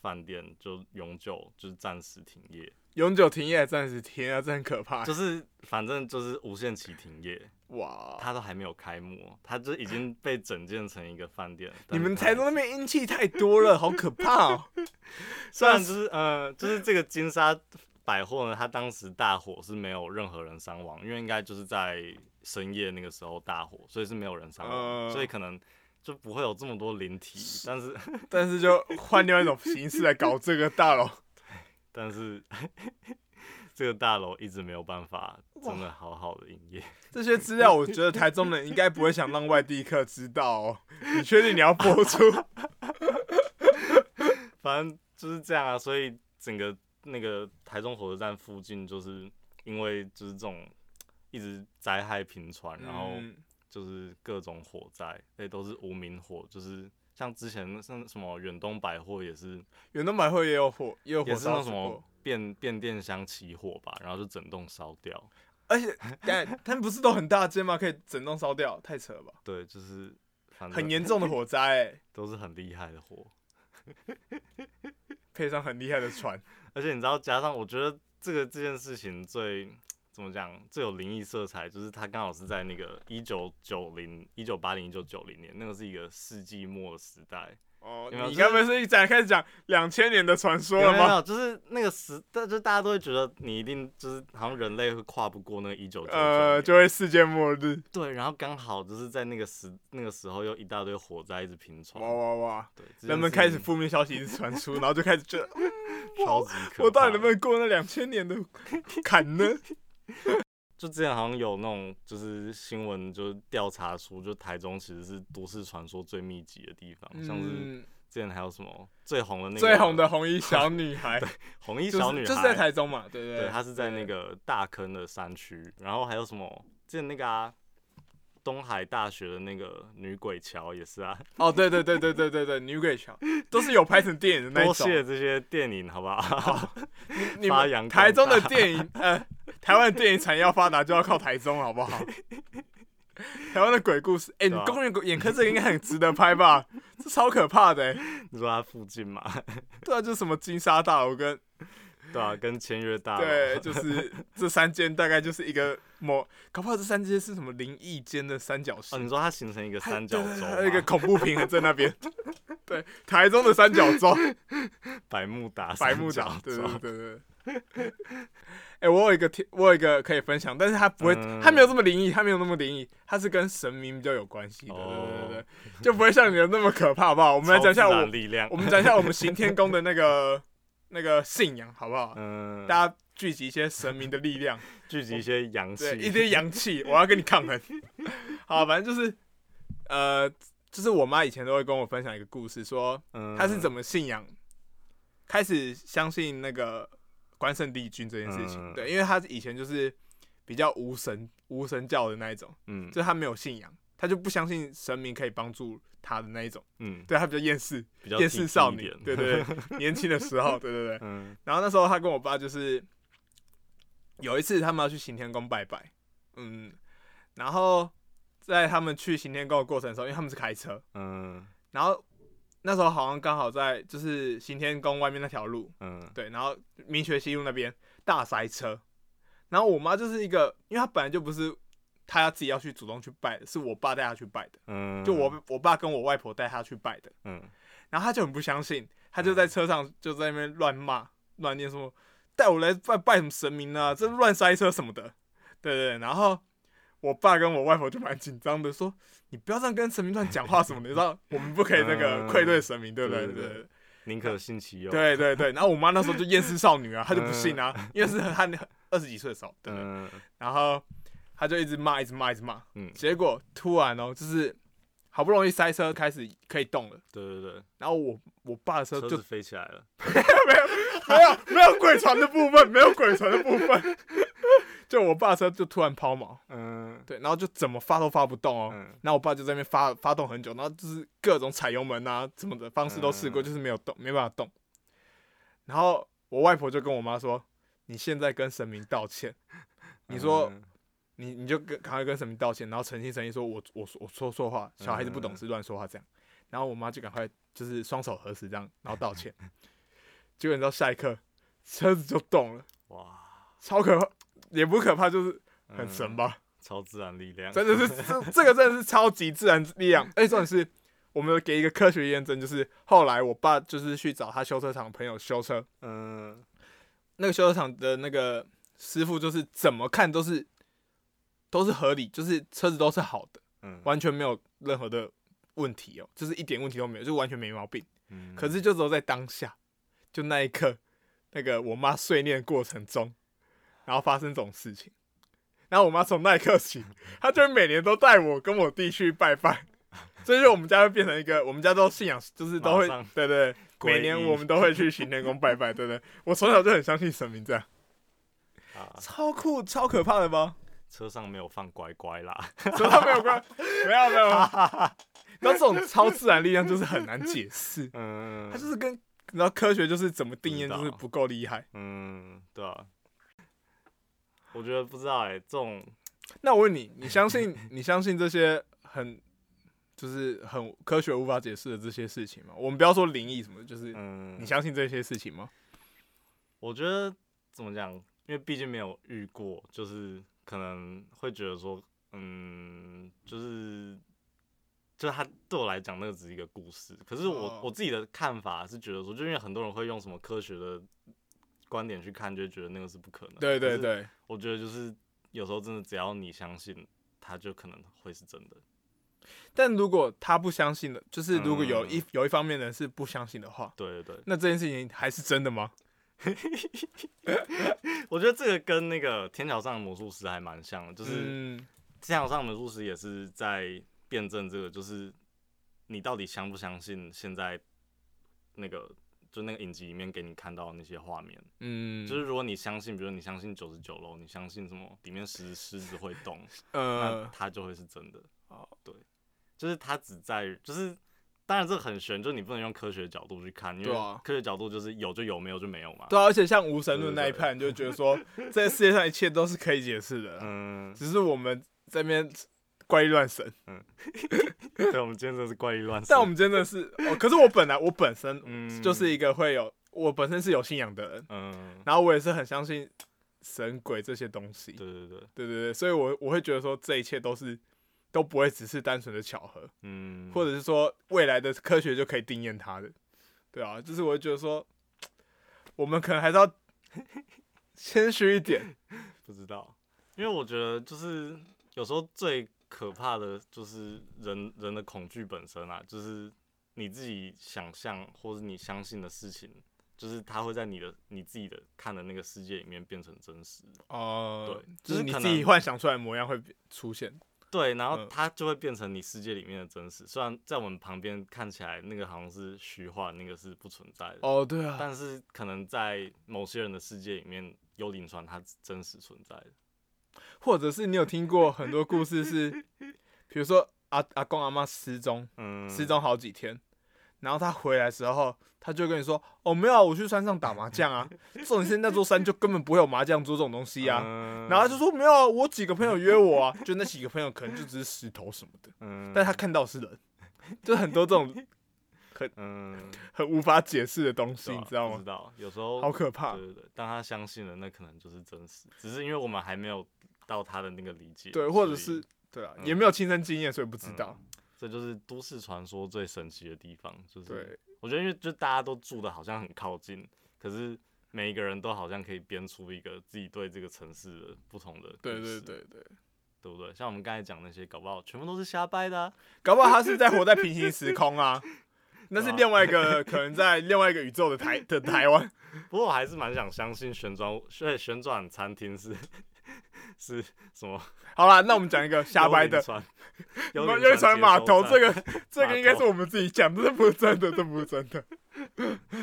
Speaker 2: 饭店，就永久就是暂时停业，
Speaker 1: 永久停业暂时停业，这很可怕
Speaker 2: 就。是反正就是无限期停业，
Speaker 1: 哇，
Speaker 2: 他都还没有开幕哦，他就已经被整建成一个饭店。
Speaker 1: 你
Speaker 2: 但是
Speaker 1: 们
Speaker 2: 它
Speaker 1: 台中那边阴气太多了，好可怕 哦！
Speaker 2: 虽然就是呃，就是这个金沙百货呢，它当时大火是没有任何人伤亡，因为应该就是在深夜那个时候大火，所以是没有人伤亡，
Speaker 1: 嗯
Speaker 2: 所以可能就不会有这么多灵体， 但是
Speaker 1: 但是就换另外一种形式来搞这个大 楼，
Speaker 2: 但是这个大楼一直没有办法真的好好的营业。
Speaker 1: 这些资料，我觉得台中人应该不会想让外地客知道哦。你确定你要播出？
Speaker 2: 反正就是这样啊，所以整个那个台中火车站附近，就是因为就是这种一直灾害频传， 然后
Speaker 1: 嗯
Speaker 2: 就是各种火灾，那都是无名火，就是像之前像什么远东百货也是
Speaker 1: 远东百货也有火，也有火
Speaker 2: 也是
Speaker 1: 烧
Speaker 2: 那
Speaker 1: 死
Speaker 2: 什
Speaker 1: 过
Speaker 2: 么。变变电箱起火吧，然后就整栋烧掉。
Speaker 1: 而且，但他们不是都很大间吗？可以整栋烧掉，太扯了吧！
Speaker 2: 对，就是反
Speaker 1: 很
Speaker 2: 正
Speaker 1: 严重的火灾、欸，
Speaker 2: 都是很厉害的火。
Speaker 1: 配上很厉害的船，
Speaker 2: 而且你知道，加上我觉得这个这件事情最怎么讲，最有灵异色彩，就是它刚好是在那个一九九零、一九八零、一九九零年，那个是一个世纪末的时代。
Speaker 1: 哦，
Speaker 2: 有没有
Speaker 1: 你
Speaker 2: 就是
Speaker 1: 该不会是一展开始讲两千年的传说
Speaker 2: 有
Speaker 1: 了
Speaker 2: 没有没
Speaker 1: 吗？
Speaker 2: 有？就是那个时，但就大家都会觉得你一定就是好像人类会跨不过那个一九九
Speaker 1: 呃，
Speaker 2: 九
Speaker 1: 就会世界末日，
Speaker 2: 对，然后刚好就是在那个时那个时候又一大堆火灾一直频传
Speaker 1: 哇，哇哇！
Speaker 2: 对，这件
Speaker 1: 人们
Speaker 2: 事
Speaker 1: 开始
Speaker 2: 情
Speaker 1: 负面消息一直传出，然后就开始觉得，
Speaker 2: 超级可
Speaker 1: 我到
Speaker 2: 怕
Speaker 1: 底能不能过那两 千年的坎呢？
Speaker 2: 就之前好像有那种就是新闻，就是调查出，就台中其实是都市传说最密集的地方，像是
Speaker 1: 嗯，
Speaker 2: 之前还有什么最红的那个
Speaker 1: 最红的红衣小女孩，
Speaker 2: 红衣
Speaker 1: 就
Speaker 2: 小女
Speaker 1: 是
Speaker 2: 孩，
Speaker 1: 就是在台中嘛，对对
Speaker 2: 对，她是在那个大坑的山区，然后还有什么之前那个啊，东海大学的那个女鬼桥也是啊，
Speaker 1: 哦，对对对对对对对，女鬼桥都是有拍成电影的
Speaker 2: 多
Speaker 1: 那一种。啊
Speaker 2: 谢这些电影，好不好？
Speaker 1: 你
Speaker 2: 发扬光
Speaker 1: 们台中的电影，呃，台湾的电影产业要发达，就要靠台中，好不好？台湾的鬼故事，哎、
Speaker 2: 对
Speaker 1: 你
Speaker 2: 啊
Speaker 1: 公园眼科这个应该很值得拍吧？这超可怕的、欸，
Speaker 2: 你说它附近嘛，
Speaker 1: 对啊，就是什么金沙大楼跟
Speaker 2: 对啊，跟签约大楼
Speaker 1: 对，就是这三间大概就是一个某，搞不好这三间是什么灵异间的三角
Speaker 2: 哦，
Speaker 1: 形，
Speaker 2: 你说它形成一个三角洲
Speaker 1: 对对
Speaker 2: 嘛，
Speaker 1: 对还有一个恐怖平衡在那边。 对，台中的三角洲，
Speaker 2: 百慕达
Speaker 1: 百慕
Speaker 2: 三
Speaker 1: 岛
Speaker 2: 角，
Speaker 1: 对
Speaker 2: 洲
Speaker 1: 对对对。哎、我有一个贴，我有一个可以分享，但是它不会，
Speaker 2: 嗯
Speaker 1: 它没有这么灵异，它没有那么灵异，它是跟神明比较有关系的，对对对
Speaker 2: 哦
Speaker 1: 对，就不会像你的那么可怕，好不好？我
Speaker 2: 我
Speaker 1: 们来讲一下我，
Speaker 2: 力量
Speaker 1: 我，们讲一下我们行天宫的那个那个信仰，好不好？
Speaker 2: 嗯，
Speaker 1: 大家聚集一些神明的力量，
Speaker 2: 聚集一些阳气
Speaker 1: 对，，一堆阳气，我要跟你 抗衡。好，反正就是，呃，就是我妈以前都会跟我分享一个故事，说
Speaker 2: 嗯
Speaker 1: 她是怎么信仰，开始相信那个关圣帝君这件事情。
Speaker 2: 嗯
Speaker 1: 对，因为她以前就是比较无神无神教的那一种，
Speaker 2: 嗯
Speaker 1: 就是她没有信仰，她就不相信神明可以帮助她的那一种。
Speaker 2: 嗯
Speaker 1: 对，她比较厌世，
Speaker 2: 比较
Speaker 1: 厌
Speaker 2: 体
Speaker 1: 世少
Speaker 2: 贴一
Speaker 1: 女
Speaker 2: 点。
Speaker 1: 对对对，年轻的时候，对对对。
Speaker 2: 嗯
Speaker 1: 然后那时候他跟我爸就是有一次他们要去行天宫拜拜，嗯，然后在他们去行天宫的过程中，因为他们是开车，
Speaker 2: 嗯
Speaker 1: 然后那时候好像刚好在就是行天宫外面那条路，
Speaker 2: 嗯
Speaker 1: 对，然后民学西路那边大塞车，然后我妈就是一个，因为她本来就不是她要自己要去主动去拜的，是我爸带她去拜的，
Speaker 2: 嗯，
Speaker 1: 就我我爸跟我外婆带她去拜的，
Speaker 2: 嗯
Speaker 1: 然后他就很不相信，他就在车上就在那边乱骂、乱念说：“带我来拜拜什么神明啊，这乱塞车什么的。”对对对，然后我爸跟我外婆就蛮紧张的，说：“你不要这样跟神明乱讲话什么的，你 知道我们不可以那个
Speaker 2: 嗯
Speaker 1: 愧对神明，对不对？”
Speaker 2: 对
Speaker 1: 对
Speaker 2: 对
Speaker 1: 对
Speaker 2: 宁可信其有。，
Speaker 1: 对对对。然后我妈那时候就厌世少女啊，她就不信 啊，因为是她二十几岁的时候，对。对
Speaker 2: 嗯
Speaker 1: 然后她就一直骂，一直骂，一直骂。
Speaker 2: 嗯，
Speaker 1: 结果突然哦，就是好不容易塞车开始可以动了，
Speaker 2: 对对对，
Speaker 1: 然后我我爸的车
Speaker 2: 车
Speaker 1: 就
Speaker 2: 子飞起来了。
Speaker 1: 没有没有鬼船的部分，没有鬼船的部 分。就我爸车就突然抛锚，
Speaker 2: 嗯
Speaker 1: 对，然后就怎么发都发不动哦。
Speaker 2: 嗯
Speaker 1: 然后我爸就在那边发发动很久，然后就是各种踩油门啊什么的方式都试过，
Speaker 2: 嗯
Speaker 1: 就是没有动，没办法动。然后我外婆就跟我妈说：“你现在跟神明道歉，你说
Speaker 2: 嗯
Speaker 1: 你你就跟赶快跟神明道歉，然后诚心诚意说我我我说错话，小孩子不懂
Speaker 2: 嗯
Speaker 1: 事乱说话这样。然后我妈就赶快就是双手合十这样，然后道歉。 结果你知道下一刻车子就动了，
Speaker 2: 哇，
Speaker 1: 超可怕，也不可怕，就是很
Speaker 2: 嗯
Speaker 1: 神，吧，
Speaker 2: 超自然力量。
Speaker 1: 真的是这这个真的是超级自然力量。而且重点是，我们有给一个科学验证，就是后来我爸就是去找他修车厂的朋友修车，
Speaker 2: 嗯
Speaker 1: 那个修车厂的那个师傅就是怎么看都是都是合理，就是车子都是好的。
Speaker 2: 嗯，
Speaker 1: 完全没有任何的问题哦，就是一点问题都没有，就完全没毛病。
Speaker 2: 嗯
Speaker 1: 可是就只有在当下，就那一刻，那个我妈碎念过程中，然后发生这种事情，然后我妈从那一刻起，她就每年都带我跟我弟去拜拜，所以就我们家会变成一个，我们家都信仰，就是都会
Speaker 2: 马上，
Speaker 1: 对对
Speaker 2: 皈依
Speaker 1: 每年我们都会去行天宫拜拜，对对，我从小就很相信神明，这样
Speaker 2: 啊，
Speaker 1: 超酷、超可怕的吗？
Speaker 2: 车上没有放乖乖啦。
Speaker 1: 真的没有关，没有 没有。然后这种超自然力量就是很难解释，
Speaker 2: 嗯，
Speaker 1: 它就是跟然后科学就是怎么定义
Speaker 2: 不知道
Speaker 1: 就是不够厉害。
Speaker 2: 嗯，对啊。我觉得不知道哎、这种
Speaker 1: 那我问你，你相信 你相信这些很就是很科学无法解释的这些事情吗？我们不要说灵异什么的，就是
Speaker 2: 嗯，
Speaker 1: 你相信这些事情吗？
Speaker 2: 我觉得怎么讲，因为毕竟没有遇过，就是可能会觉得说，嗯，就是就是他对我来讲，那个只是一个故事。可是我、
Speaker 1: 哦
Speaker 2: 我自己的看法是觉得说，就因为很多人会用什么科学的观点去看，就会觉得那个是不可能。
Speaker 1: 对对，
Speaker 2: 可是
Speaker 1: 对，
Speaker 2: 我觉得就是有时候真的只要你相信，它就可能会是真的。
Speaker 1: 但如果他不相信的，就是如果有
Speaker 2: 嗯
Speaker 1: 一、有一方面的人是不相信的话，
Speaker 2: 对对对，
Speaker 1: 那这件事情还是真的吗？
Speaker 2: 我觉得这个跟那个天桥上的魔术师还蛮像的，就是。
Speaker 1: 嗯
Speaker 2: 天桥上的术师也是在辩证这个，就是你到底相不相信现在那个就那个影集里面给你看到的那些画面。
Speaker 1: 嗯，
Speaker 2: 就是如果你相信，比如你相信九十九楼，你相信什么里面狮狮子会 动，那
Speaker 1: 呃，
Speaker 2: 它就会是真的。
Speaker 1: 哦
Speaker 2: 对，就是它只在于，就是当然这很玄，就是你不能用科学角度去看，因为
Speaker 1: 对啊
Speaker 2: 科学角度就是有就有，没有就没有嘛。
Speaker 1: 对啊，而且像无神论
Speaker 2: 对
Speaker 1: 那
Speaker 2: 对
Speaker 1: 一
Speaker 2: 对
Speaker 1: 派，你就觉得 说这世界上一切都是可以解释的啦，
Speaker 2: 嗯，
Speaker 1: 只是我们这边怪力乱神。
Speaker 2: 对，我们今天真的是怪力乱神。
Speaker 1: 但我们真 的是，哦，可是我本来我本身
Speaker 2: 嗯
Speaker 1: 就是一个会有，我本身是有信仰的人，
Speaker 2: 嗯，
Speaker 1: 然后我也是很相信神鬼这些东西。
Speaker 2: 对对对，
Speaker 1: 对对对，所以我我会觉得说这一切都是都不会只是单纯的巧合，
Speaker 2: 嗯，
Speaker 1: 或者是说未来的科学就可以定验它的，对啊，就是我会觉得说，我们可能还是要谦虚一点，
Speaker 2: 不知道，因为我觉得就是有时候最可怕的就是人人的恐惧本身啊，就是你自己想象或是你相信的事情，就是它会在你的你自己的看的那个世界里面变成真实。
Speaker 1: 哦、
Speaker 2: 对就
Speaker 1: 就
Speaker 2: 是是
Speaker 1: 你
Speaker 2: 可
Speaker 1: 自己
Speaker 2: 能
Speaker 1: 幻想出来的模样会出现，
Speaker 2: 对，然后
Speaker 1: 嗯
Speaker 2: 它就会变成你世界里面的真实。虽然在我们旁边看起来那个好像是虚幻，那个是不存在的，
Speaker 1: 哦，对啊，
Speaker 2: 但是可能在某些人的世界里面，幽灵船它真实存在的。
Speaker 1: 或者是你有听过很多故 事是，比如说阿阿公阿妈失踪，
Speaker 2: 嗯，
Speaker 1: 失踪好几天，然后他回来的时候，他就跟你说：“哦，没有啊，我去山上打麻 将啊。重点是那座山就根本不会有麻将桌这种东西啊。
Speaker 2: 嗯
Speaker 1: 然后他就说：“没有啊，我几个朋友约我啊。” 就那几个朋友可能就只是石头什么的，
Speaker 2: 嗯，
Speaker 1: 但他看到是人， 就很多这种
Speaker 2: 嗯。
Speaker 1: 很无法解释的东西，
Speaker 2: 对啊
Speaker 1: 你知道
Speaker 2: 不
Speaker 1: 吗
Speaker 2: 知？道，有时候
Speaker 1: 好可怕。
Speaker 2: 对对对，当他相信了，那可能就是真实，只是因为我们还没有到他的那个理解，
Speaker 1: 对，或者
Speaker 2: 所以
Speaker 1: 是对啊，
Speaker 2: 嗯
Speaker 1: 也没有亲身经验，所以不知道。
Speaker 2: 这就是都市传说最神奇的地方，就是
Speaker 1: 对，
Speaker 2: 我觉得因为就大家都住的好像很靠近，可是每一个人都好像可以编出一个自己对这个城市的不同的，
Speaker 1: 对对，对对，
Speaker 2: 对不对？像我们刚才讲那些，搞不好全部都是瞎掰的、啊，
Speaker 1: 搞不好他是在活在平行时空 啊。那是
Speaker 2: 对啊
Speaker 1: 另外一 个可能在另外一个宇宙的台的台湾，
Speaker 2: 不过我还是蛮想相信旋 转，旋旋转餐厅是 是什么
Speaker 1: 好啦，那我们讲一个瞎掰的，
Speaker 2: 有
Speaker 1: 有一船码头，这个这个应该
Speaker 2: 码
Speaker 1: 是
Speaker 2: 头
Speaker 1: 我们自己讲的，这不是真的，这不 是真的。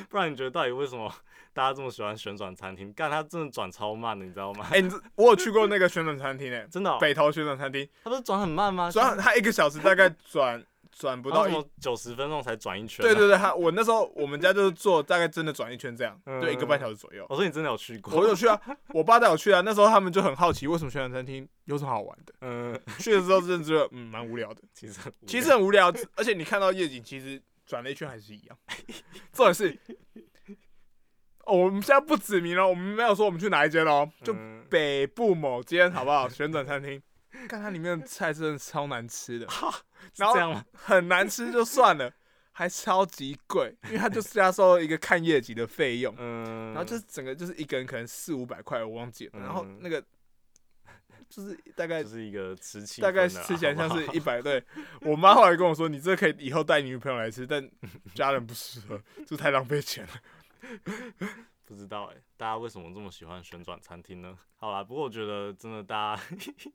Speaker 2: 不然你觉得到底为什么大家这么喜欢旋转餐厅？干，它真的转超慢的，你知道吗？
Speaker 1: 哎、你知我有去过那个旋转餐厅诶、欸
Speaker 2: 真的哦、
Speaker 1: 北投旋转餐厅，
Speaker 2: 它不是转很慢吗？
Speaker 1: 转它一个小时大概转转不
Speaker 2: 不
Speaker 1: 到一，
Speaker 2: 什么九十分钟才转一圈、啊
Speaker 1: 对，对对，它我那时候我们家就是坐大概真的转一圈这样，
Speaker 2: 嗯
Speaker 1: 就一个半小时左右。
Speaker 2: 我说你真的有去过？
Speaker 1: 我有去啊，我爸带我去啊。那时候他们就很好奇，为什么旋转餐厅有什么好玩的？
Speaker 2: 嗯，
Speaker 1: 去的时候真的觉得嗯蛮无聊的，
Speaker 2: 其实很无聊
Speaker 1: 其实很无聊，而且你看到夜景，其实转了一圈还是一样。重点是，哦，我们现在不指名了，我们没有说我们去哪一间哦，就
Speaker 2: 嗯
Speaker 1: 北部某间好不好？旋转餐厅，看它里面的菜真的超难吃的，
Speaker 2: 是
Speaker 1: 然后
Speaker 2: 这样吗？
Speaker 1: 很难吃就算了，还超级贵，因为它就是加收了一个看夜景的费用，
Speaker 2: 嗯，
Speaker 1: 然后就是整个就是一个人可能四五百块，我忘记了，然后
Speaker 2: 嗯
Speaker 1: 那个就是大概
Speaker 2: 就是一个吃气氛的
Speaker 1: 大
Speaker 2: 啊，
Speaker 1: 概吃起来像是
Speaker 2: 好不好
Speaker 1: 一百对。我妈后来跟我说，你这可以以后带你女朋友来吃，但家人不适合，这太浪费钱了。
Speaker 2: 不知道哎、大家为什么这么喜欢旋转餐厅呢？好啦，不过我觉得真的大家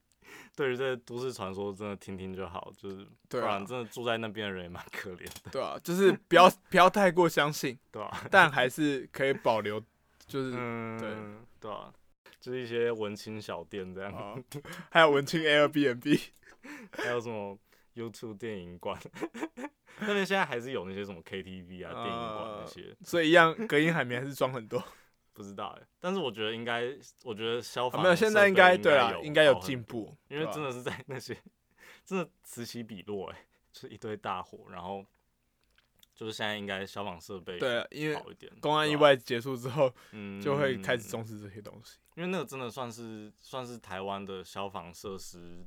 Speaker 2: 对于这些都市传说真的听听就好，就是不
Speaker 1: 对啊
Speaker 2: 然，真的住在那边的人也蛮可怜的，
Speaker 1: 对啊，就是不要不要太过相信，
Speaker 2: 对吧、
Speaker 1: 但还是可以保留，就是
Speaker 2: 嗯，
Speaker 1: 对
Speaker 2: 对啊，就是一些文青小店这样，
Speaker 1: 啊，还有文青 Airbnb，
Speaker 2: 还有什么 YouTube 电影馆， 那边现在还是有那些什么 KTV 啊、电影馆那
Speaker 1: 呃
Speaker 2: 些，
Speaker 1: 所以一样隔音海绵还是装很多。
Speaker 2: 不知道哎、但是我觉得应该，我觉得消
Speaker 1: 啊
Speaker 2: 防、
Speaker 1: 没有，现在应该对
Speaker 2: 啊
Speaker 1: 啊，，应该有
Speaker 2: 好很
Speaker 1: 进，步，
Speaker 2: 因为
Speaker 1: 对啊
Speaker 2: 真的是在那些真的此起彼落哎、就是一堆大火，然后就是现在应该消防设备
Speaker 1: 对啊，因为
Speaker 2: 好一点，
Speaker 1: 公安
Speaker 2: 对
Speaker 1: 意
Speaker 2: 吧
Speaker 1: 外结束之后，
Speaker 2: 嗯
Speaker 1: 就会开始重视这些东西。
Speaker 2: 因为那个真的算是算是台湾的消防设施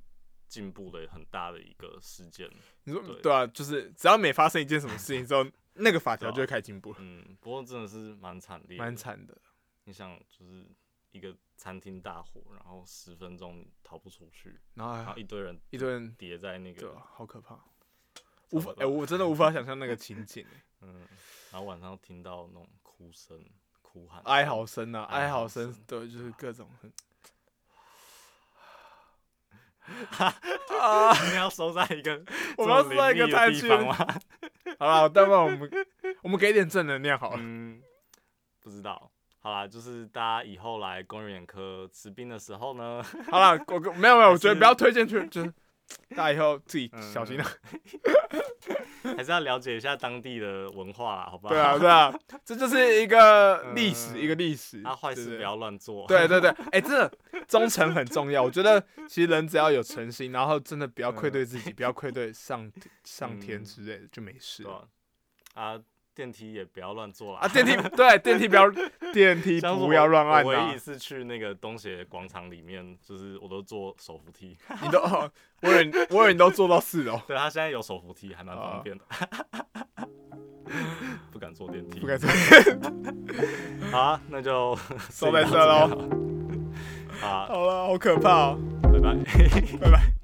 Speaker 2: 进步的很大的一个事件。
Speaker 1: 你说
Speaker 2: 对
Speaker 1: 对啊，就是只要每发生一件什么事情之 后，那个法
Speaker 2: 啊
Speaker 1: 条就会开始进步了，
Speaker 2: 嗯，不过真的是蛮惨烈，
Speaker 1: 蛮。惨的。
Speaker 2: 你想，就是一个餐厅大火，然后十分钟你逃不出去，
Speaker 1: 然后
Speaker 2: 然后
Speaker 1: 还
Speaker 2: 一堆人
Speaker 1: 一堆人，
Speaker 2: 叠在那
Speaker 1: 对
Speaker 2: 个，
Speaker 1: 啊，好可怕，无法
Speaker 2: 怎么
Speaker 1: 哎，
Speaker 2: 办
Speaker 1: 我真的无法想象那个情景，
Speaker 2: 嗯，然后晚上听到那种哭声、哭喊、
Speaker 1: 哀嚎，声啊，哀
Speaker 2: 哀
Speaker 1: 嚎
Speaker 2: 嚎
Speaker 1: 声
Speaker 2: 声，
Speaker 1: 对，就是各种 很。啊！
Speaker 2: 你要收在一个
Speaker 1: 我们要
Speaker 2: 这么
Speaker 1: 收在一个
Speaker 2: 灵异的
Speaker 1: 太
Speaker 2: 地
Speaker 1: 虚
Speaker 2: 方吗？
Speaker 1: 好了，但凡我们我们给点正能量好 了。
Speaker 2: 嗯，不知道。好啦，就是大家以后来公园眼科吃冰的时候呢，
Speaker 1: 好了，我我没有没有，我觉得
Speaker 2: 还是
Speaker 1: 不要推荐去，就是 大家以后自己
Speaker 2: 嗯
Speaker 1: 小心啊。
Speaker 2: 还是要了解一下当地的文化啦，好不好？
Speaker 1: 对啊，对啊，这就是一个历史，
Speaker 2: 嗯
Speaker 1: 一个历史。
Speaker 2: 啊，坏
Speaker 1: 对
Speaker 2: 事不。要乱做。
Speaker 1: 对对对对，哎、真的忠诚很重要。我觉得其实人只要有诚心，然后真的不要愧对自己，不要愧对上上天
Speaker 2: 嗯
Speaker 1: 之类的，就没 事
Speaker 2: 对
Speaker 1: 了。
Speaker 2: 啊，啊电梯也不要乱坐啦。
Speaker 1: 啊，电梯对电梯不要电梯
Speaker 2: 像是
Speaker 1: 不
Speaker 2: 我
Speaker 1: 要乱按
Speaker 2: 我唯一一
Speaker 1: 啊！
Speaker 2: 次去那个东协广场里面，就是我都坐手扶梯。
Speaker 1: 你都我以为你我以为你都坐到四楼，
Speaker 2: 对他现在有手扶梯，还蛮
Speaker 1: 啊
Speaker 2: 方便的。 不敢坐电梯。
Speaker 1: 不 该坐。
Speaker 2: 好啊，那就
Speaker 1: 收在这
Speaker 2: 到
Speaker 1: 喽
Speaker 2: 里。好啊，
Speaker 1: 好了，好可怕、哦。
Speaker 2: 拜拜。
Speaker 1: 拜拜。